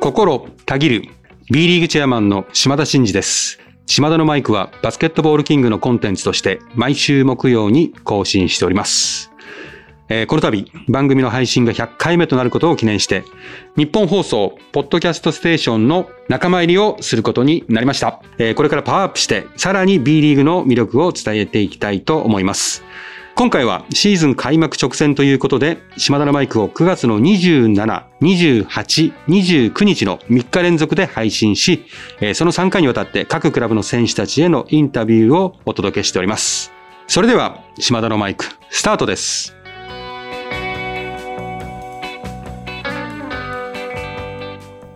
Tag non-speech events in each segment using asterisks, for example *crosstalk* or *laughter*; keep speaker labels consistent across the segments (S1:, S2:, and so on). S1: 心たぎる B リーグチェアマンの島田真二です。島田のマイクはバスケットボールキングのコンテンツとして毎週木曜に更新しております。えーこの度番組の配信が100回目となることを記念して日本放送ポッドキャストステーションの仲間入りをすることになりました、えーこれからパワーアップしてさらに B リーグの魅力を伝えていきたいと思います今回はシーズン開幕直前ということで、島田のマイクを9月の27、28、29日の3日連続で配信し、えーその3回にわたって各クラブの選手たちへのインタビューをお届けしております。それでは、島田のマイク、スタートです。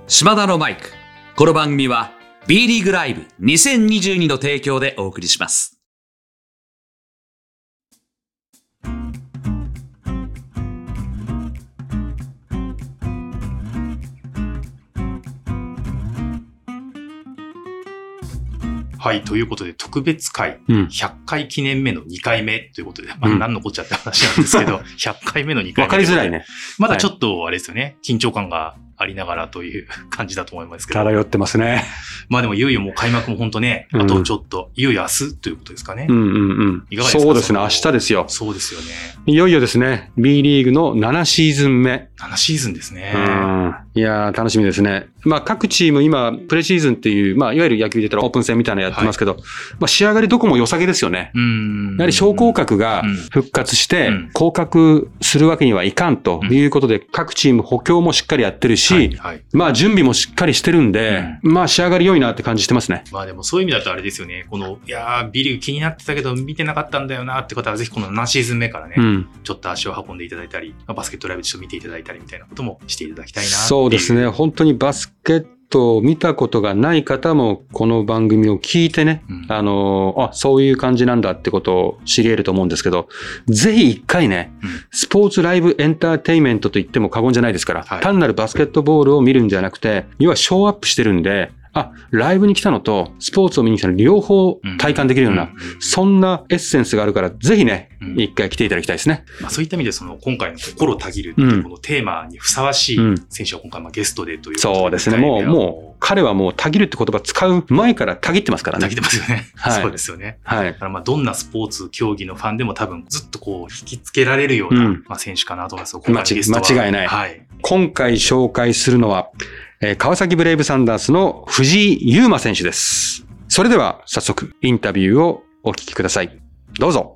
S2: 島田のマイク。この番組は B リーグライブ2022の提供でお送りします。
S3: はい、ということで、特別会、
S1: うん。
S3: 100回記念目の2回目ということで、ま
S1: う
S3: あ、
S1: ん
S3: 何のこっちゃって話なんですけ
S1: *laughs*
S3: ど、100回目の2回目。
S1: わかりづらい。ね。
S3: まだちょっと、あれですよね、緊張感がありながらという感じだと思いますけど、
S1: 漂ってますね。
S3: まあでも、いよいよもう開幕も本当ね、
S1: うん
S3: あとちょっと、いよいよ明日ということですかね。
S1: うんうん
S3: いう
S1: ん。
S3: かがですか
S1: そうですね、
S3: その
S1: 明日ですよ。
S3: そうですよね。
S1: いよいよですね、B リーグの7シーズン目。
S3: 7シーズンですね。
S1: うんいやー楽しみですね。まあ、各チーム、今、プレシーズンっていう、まあ、いわゆる野球で言ったらオープン戦みたいなのやってますけど、まあ、仕上がりどこも良さげですよね。
S3: うん。
S1: やはり昇降格が
S3: うん
S1: 復活して
S3: うん、
S1: 降格するわけにはいかんということで、各チーム補強もしっかりやってるし、
S3: はい、はい。
S1: まあ、準備もしっかりしてるんで、まあ、仕上がり良いなって感じしてますね。
S3: まあでもそういう意味だとあれですよね。この、いやー、ビリュー気になってたけど見てなかったんだよなって方はぜひこの7シーズン目からね、
S1: うん。
S3: ちょっと足を運んでいただいたり、まあバスケットライブちょっと見ていただいたりみたいなこともしていただきたいなってい
S1: そうです。ね。本当にバスケットを見たことがない方も、この番組を聞いてね、
S3: うん
S1: あのーあ、そういう感じなんだってことを知り得ると思うんですけど、ぜひ一回ね、
S3: うん
S1: スポーツライブエンターテインメントと言っても過言じゃないですから、
S3: はい
S1: 単なるバスケットボールを見るんじゃなくて、要はショーアップしてるんで、あ、ライブに来たのと、スポーツを見に来たの両方体感できるような、
S3: んん
S1: そんなエッセンスがあるから、ぜひね、
S3: うん
S1: 一回来ていただきたいですね。
S3: まあ、そういった意味でその今回の心たぎるっていうこのテーマにふさわしい
S1: うん
S3: 選手を今回まあゲストでということ
S1: そうですね。もう、もう、彼はもう、たぎるって言葉使う前からたぎってますから
S3: た
S1: ね
S3: ぎっ。てますよね。
S1: はい
S3: そうですよね。
S1: はい
S3: だ。からまあどんなスポーツ、競技のファンでも多分ずっとこう引きつけられるような、
S1: うん
S3: まあ選手かなと思いますよ。今回の
S1: 間違
S3: ゲストは
S1: 間違いない
S3: はい。
S1: 今回紹介するのは、えー川崎ブレイブサンダースの藤井優馬選手です。それでは早速インタビューをお聞きください。どうぞ。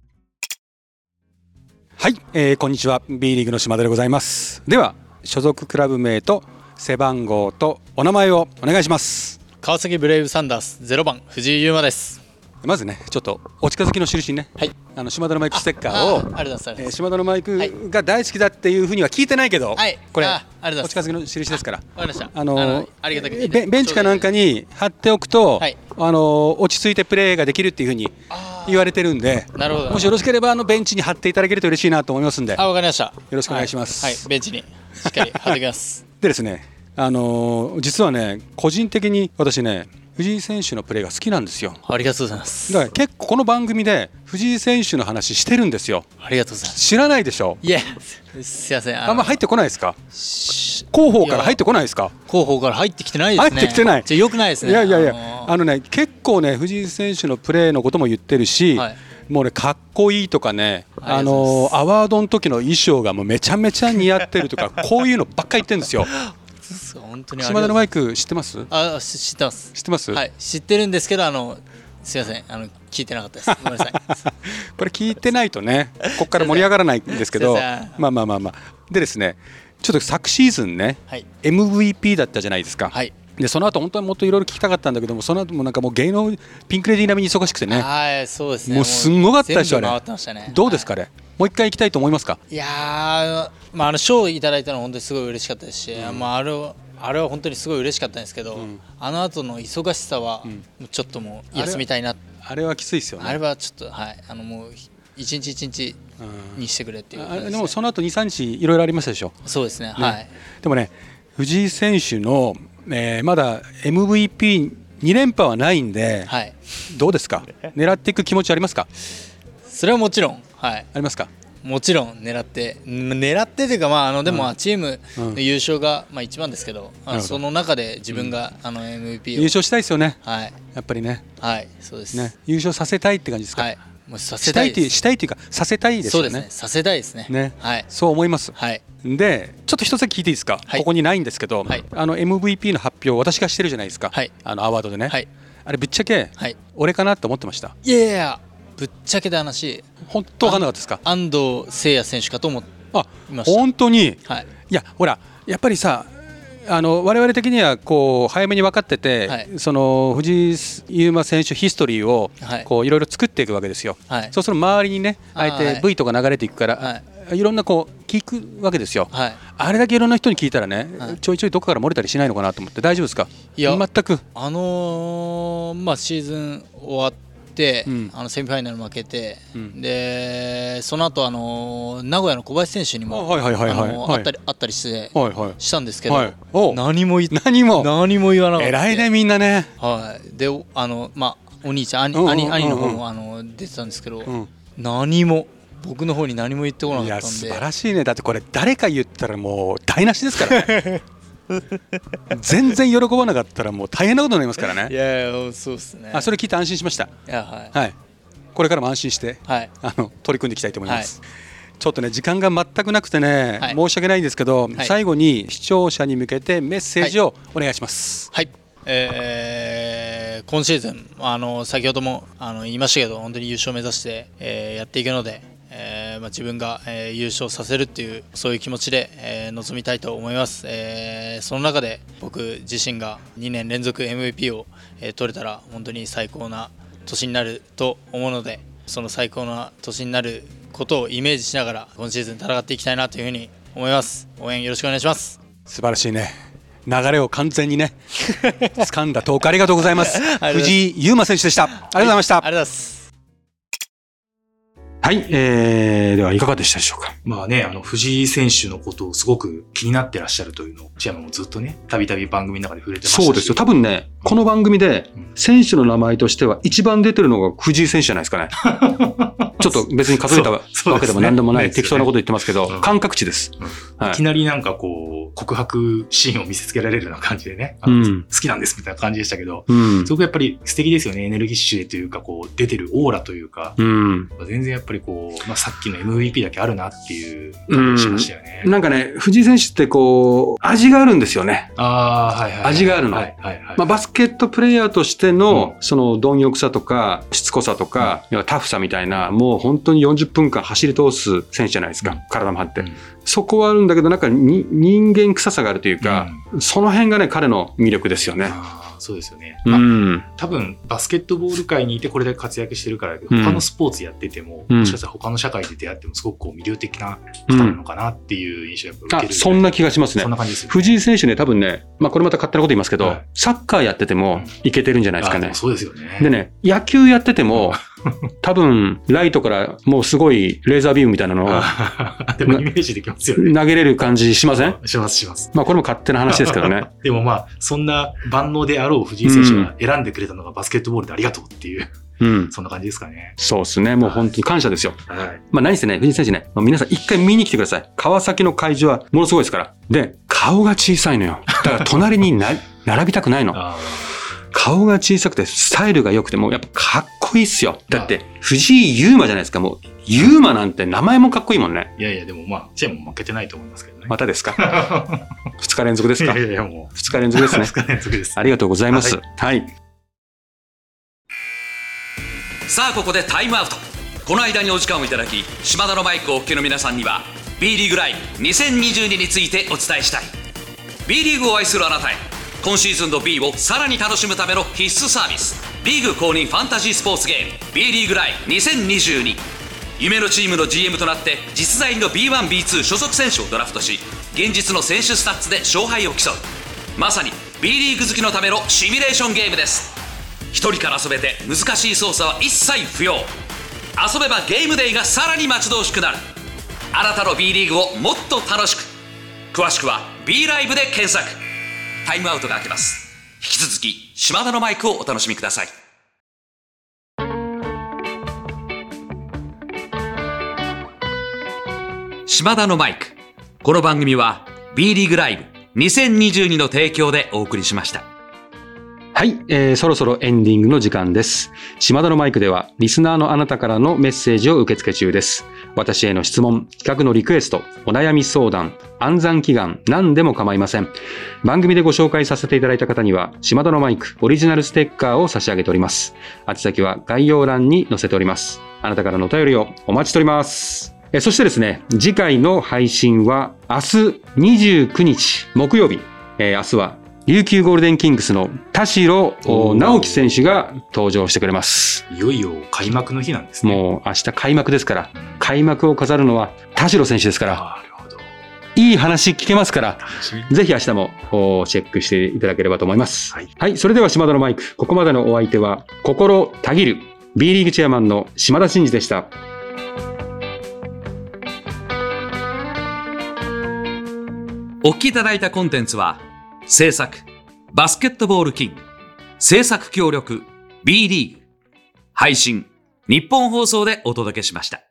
S1: はい、えーこんにちは。B リーグの島田でございます。では、所属クラブ名と背番号とお名前をお願いします。
S4: 川崎ブレイブサンダース0番藤井優馬です
S1: まずね、ちょっとお近づきの印にね、
S4: はい
S1: あの島田のマイクステッカ
S4: ああ
S1: ー
S4: あり
S1: を
S4: がとうござい
S1: え
S4: ま
S1: ー
S4: す
S1: 島田のマイクが大好きだっていうふうには聞いてないけど、
S4: はい
S1: これ
S4: あありがとうございます
S1: お近づきの印ですから。
S4: わかりました
S1: あの
S4: ありがたく聞いて
S1: ベベンチかなんかに貼っておくと、
S4: はい
S1: あの落ち着いてプレーができるっていうふうに
S4: あー
S1: 言われてるんで、
S4: なるほど
S1: もしよろしければあのベンチに貼っていただけると嬉しいなと思いますんで、
S4: あわかりましたよ
S1: ろしくお願いします
S4: はい、はいベンチにしっかり貼ってきます
S1: でですね、あの実はね個人的に私ね藤井選手のプレーが好きなんですよ。
S4: ありがとうございます
S1: だから結構この番組で藤井選手の話してるんですよ。
S4: ありがとうございます
S1: 知らないでしょ。
S4: いやすいません
S1: あんま入っ
S4: っ
S1: てこないですか。広報から入ってこないですか。
S4: 広報から入ってきてないですね
S1: 入ってきてない
S4: じゃあ良くないですね
S1: いやいやいや、
S4: あのー
S1: あのね、結構ね、藤井選手のプレーのことも言ってるし、
S4: はい
S1: もうね、かっこいいとかね、
S4: あ
S1: あ
S4: りがとうござい
S1: の
S4: ます
S1: アワードの時の衣装がもうめちゃめちゃ似合ってる
S4: *laughs*
S1: とか、こういうのばっかり言ってるんですよ。
S4: そう本当にあり
S1: 島
S4: が
S1: 田の
S4: とうござ
S1: マ
S4: い
S1: イク知ってます
S4: ますあし知ってます
S1: 知ってます、
S4: はい知ってるんですけどあのすいませんあの聞いてなかったですごめんなさ
S1: *laughs*
S4: い
S1: *laughs* これ聞いてないとね、ここから盛り上がらないんですけど、
S4: すいませ
S1: まあまあまあまあ。でですね、ちょっと昨シーズンね、
S4: はい
S1: MVP だったじゃないですか。
S4: はい
S1: でその後本当はもっといろいろ聞きたかったんだけどもその後もなんかもう芸能ピンク・レディー並みに忙しくてね
S4: はいそうですね
S1: もうすんごかったでしょあ
S4: 全部
S1: れ
S4: 回ってましたね
S1: どうですかあれもう一回行きたいと思いますか
S4: いやー、まあ、あの賞をいただいたのは本当にすごい嬉しかったですし、まあ、あれはあれは本当にすごい嬉しかったんですけど、あの後の忙しさはちょっともう休みたいなあれ
S1: あれはきついですよね
S4: はちょっとはいあのもう一日一日にしてくれっていう
S1: あ
S4: 感じ
S1: れ
S4: で,、
S1: で
S4: ね、
S1: もその後23日いろいろありましたでしょ、
S4: そうですね
S1: ね
S4: はい
S1: でもね藤井選手の、えーまだ MVP2 連覇はないんで、
S4: はい
S1: どうですか狙っていく気持ちありますか
S4: それはもちろんはい
S1: ありますか
S4: もちろん狙ってん狙ってというか、まあ、あのでも、チーム
S1: うん
S4: の優勝が、まあ、一番ですけど、
S1: な
S4: まあ
S1: るほど
S4: その中で自分が、あの
S1: 優
S4: MVP を
S1: 勝したいですよね、
S4: はい
S1: やっぱりね
S4: はいそうです、
S1: ね、優勝させたいって感じですか、
S4: はいもうさ
S1: し
S4: せ
S1: たたい
S4: い
S1: っていう
S4: です
S1: したいっていうか、させたいです
S4: そう
S1: よ
S4: ですね
S1: ね、
S4: させたいですね
S1: ね
S4: はい
S1: そう思います。
S4: はい
S1: で、ちょっと一つだけ聞いていいですか、
S4: はい
S1: ここにないんですけど、
S4: はい
S1: あの MVP の発表、私がしてるじゃないですか、
S4: はい
S1: あのアワードでね、
S4: はい
S1: あれ、ぶっちゃけ、
S4: はい
S1: 俺かなって思ってました、
S4: いやいやぶっちゃけた話
S1: 本当分かんなかったですか、
S4: 安藤誠也選手かと思って
S1: あ
S4: いました
S1: 本当に、
S4: はい
S1: いやほらやっぱりさあの我々的にはこう早めに分かってて、
S4: はい
S1: その藤井優真選手ヒストリーを
S4: はい
S1: こういろいろ作っていくわけですよ。
S4: はい
S1: そうすると周りにね
S4: あ
S1: あ
S4: ー
S1: えて V とか流れていくから、、
S4: はい
S1: ろんなこう聞くわけですよ。
S4: はい
S1: あれだけいろんな人に聞いたらね、
S4: はい
S1: ちょいちょいどこから漏れたりしないのかなと思って大丈夫ですか
S4: いや
S1: 全く
S4: あのーまあ、シーズン終わって、
S1: うん
S4: あのセミファイナル負けて、
S1: ん
S4: でその後あのー名古屋の小林選手にも
S1: あはいはいはいはい
S4: あのー
S1: はい
S4: あったりあったりして、
S1: はいはい
S4: したんですけど、
S1: はいお
S4: 何も言っ
S1: 何も
S4: 何も言わなかった
S1: 偉いねみんなね、
S4: はい、でおあの、まあ、お兄ちゃん兄,、
S1: うんうんうんうん
S4: 兄兄の方もあの出てたんですけど、
S1: うん、
S4: 何も僕の方に何も言ってこ
S1: い
S4: なか
S1: や
S4: ったん
S1: 素
S4: で
S1: 晴らしいねだってこれ誰か言ったらもう台無しですからね
S4: *laughs*
S1: 全然喜ばなかったらもう大変なことになりますから
S4: い
S1: ね
S4: やいやそうですね
S1: あそれ聞いて安心しました
S4: いやはい
S1: はいこれからも安心して
S4: はい
S1: あの取り組んでいきたいと思います、ちょっとね時間が全くなくてね、
S4: はい
S1: 申し訳ないんですけど、
S4: はい
S1: 最後に視聴者に向けてメッセージをお願いします、
S4: はい、えー今シーズン、あの先ほどもあの言いましたけど、本当に優勝を目指して、えーやっていくので、えーまあ、自分が、えー優勝させるっていう、そういう気持ちで、えー臨みたいと思います、えーその中で僕自身が2年連続 MVP を、えー取れたら、本当に最高な年になると思うので、その最高な年になることをイメージしながら、今シーズン戦っていきたいなというふうに思います。応援よろしくお願いします。
S1: 素晴らしいね流れを完全に *laughs* ね掴んだトークありがとうございます藤井優真選手でしたありがとうございました、
S4: ありがとうございます。
S1: はい、えー、ではいかがでしたでしょうか。
S3: まあね、あの、藤井選手のことをすごく気になってらっしゃるというのを、チアマンもずっとね、たびたび番組の中で触れてましたし
S1: そうですよ。多分ね、この番組で
S3: うん
S1: 選手の名前としては一番出てるのが藤井選手じゃないです *laughs* かね。ちょっと別に数えたわ
S3: そうそう
S1: けで
S3: で
S1: すも
S3: ね
S1: 何でもな
S3: で
S1: い
S3: すよね
S1: 適当なこと言ってますけど
S3: う、ん
S1: 感覚値です。はい
S3: き
S1: い。
S3: なりなんかこう、告白シーンを見せつけられるような感じでね、あ
S1: う
S3: の
S1: ん
S3: 好きなんですみたいな感じでしたけど、
S1: うん
S3: す。ごくやっぱり素敵ですよね。エネルギッシュでというか、こう、出てるオーラというか、
S1: うん。
S3: 全然やっぱりこう、まあ、さっきの MVP だけあるなっていう
S1: うん
S3: 感じしましたよね。
S1: なんかね、藤井選手ってこう、味があるんですよね。
S3: ああ、はいはいはい。
S1: 味があるの
S3: はいはいはい。
S1: まあ、バスケットプレイヤーとしての、その貪欲さとか、しつこさとか、要はタフさみたいな、もう本当に40分間走り通す選手じゃないです
S3: う
S1: か
S3: ん。
S1: 体も張って
S3: うん。
S1: そこはあるんだけど、なんかに人間臭さがあるというか、その辺がね、彼の魅力ですよね。
S3: あーそうですよね。
S1: う
S3: まあ
S1: ん。
S3: 多分バスケットボール界にいてこれだけ活躍してるからだけど、
S1: うん
S3: 他のスポーツやってても、
S1: うん
S3: もしかしたら他の社会で出会ってもすごくこう魅力的な人なのかなっていう印象やっぱ
S1: あ
S3: 受ける、、
S1: そんな気がしますね
S3: そん。な感じですよね、
S1: 藤井選手ね、多分ね、まあこれまた勝手なこと言いますけど、
S3: はい
S1: サッカーやっててもいけてるんじゃないですか
S3: あで
S1: ね
S3: も。そうですよね。
S1: でね、野球やってても、 *laughs* 多分ライトからもうすごいレーザービームみたいなのを
S3: あ *laughs* ー。でもイメージできますよね。
S1: 投げれる感じしません
S3: しますします。
S1: まあこれも勝手な話ですけどね。
S3: でもまあ、そんな万能であろう藤井選手が選んでくれたのがバスケットボールでありがとうって *laughs* いう、
S1: うん。
S3: そんな感じですかね。
S1: そうですね。もう本当に感謝ですよ。
S3: はい。
S1: まあ何せね、藤井選手ね、まあ皆さん一回見に来てください。川崎の会場はものすごいですから。で、顔が小さいのよ。だから隣にな *laughs* 並びたくないの。
S3: あ
S1: 顔が小さくて、スタイルが良くて、もうやっぱかっこいいっすよ。だって、藤井優馬じゃないですか。もう、優馬なんて名前もかっこいいもんね。
S3: ーいやいや、でもまあ、チェーンも負けてないと思いますけどね。
S1: また
S3: *laughs*
S1: ですか二日連続です
S3: い
S1: か
S3: *laughs* やい
S1: 二
S3: やいや、もう。
S1: 日連続です
S3: *laughs*
S1: ね。
S3: 2日連続です。
S1: ありがとうございます。
S3: は
S1: はい。
S2: さあここでタイムアウトこの間にお時間をいただき島田のマイクをお聞きの皆さんには B リーグライブ2022についてお伝えしたい B リーグを愛するあなたへ今シーズンの B をさらに楽しむための必須サービスリーグ公認ファンタジースポーツゲーム B リーグライブ2022夢のチームの GM となって実在の B1B2 所属選手をドラフトし現実の選手スタッツで勝敗を競うまさに B リーグ好きのためのシミュレーションゲームです一人から遊べて難しい操作は一切不要遊べばゲームデイがさらに待ち遠しくなるあなたの B リーグをもっと楽しく詳しくは B ライブで検索タイムアウトが明けます引き続き島田のマイクをお楽しみください島田のマイク。この番組は B リーグライブ2022の提供でお送りしました。
S5: はい、えーそろそろエンディングの時間です。島田のマイクでは、リスナーのあなたからのメッセージを受け付け中です。私への質問、企画のリクエスト、お悩み相談、暗算祈願、何でも構いません。番組でご紹介させていただいた方には、島田のマイクオリジナルステッカーを差し上げております。宛先は概要欄に載せております。あなたからのお便りをお待ちしております。えーそしてですね、次回の配信は明日29日木曜日、えー明日は琉球ゴールデンキングスの田代お
S3: おー
S5: 直樹選手が登場してくれます。
S3: いよいよ開幕の日なんですね。
S5: もう明日開幕ですから、開幕を飾るのは田代選手ですから、
S3: なるほど。
S5: いい話聞けますから、
S3: 楽しみ。
S5: ぜひ明日もおチェックしていただければと思います。は
S3: はいい、
S5: それでは島田のマイク、ここまでのお相手は、心たぎる B リーグチェアマンの島田真二でした。
S2: お聞きいただいたコンテンツは、制作、バスケットボールキング、制作協力、B リーグ、配信、日本放送でお届けしました。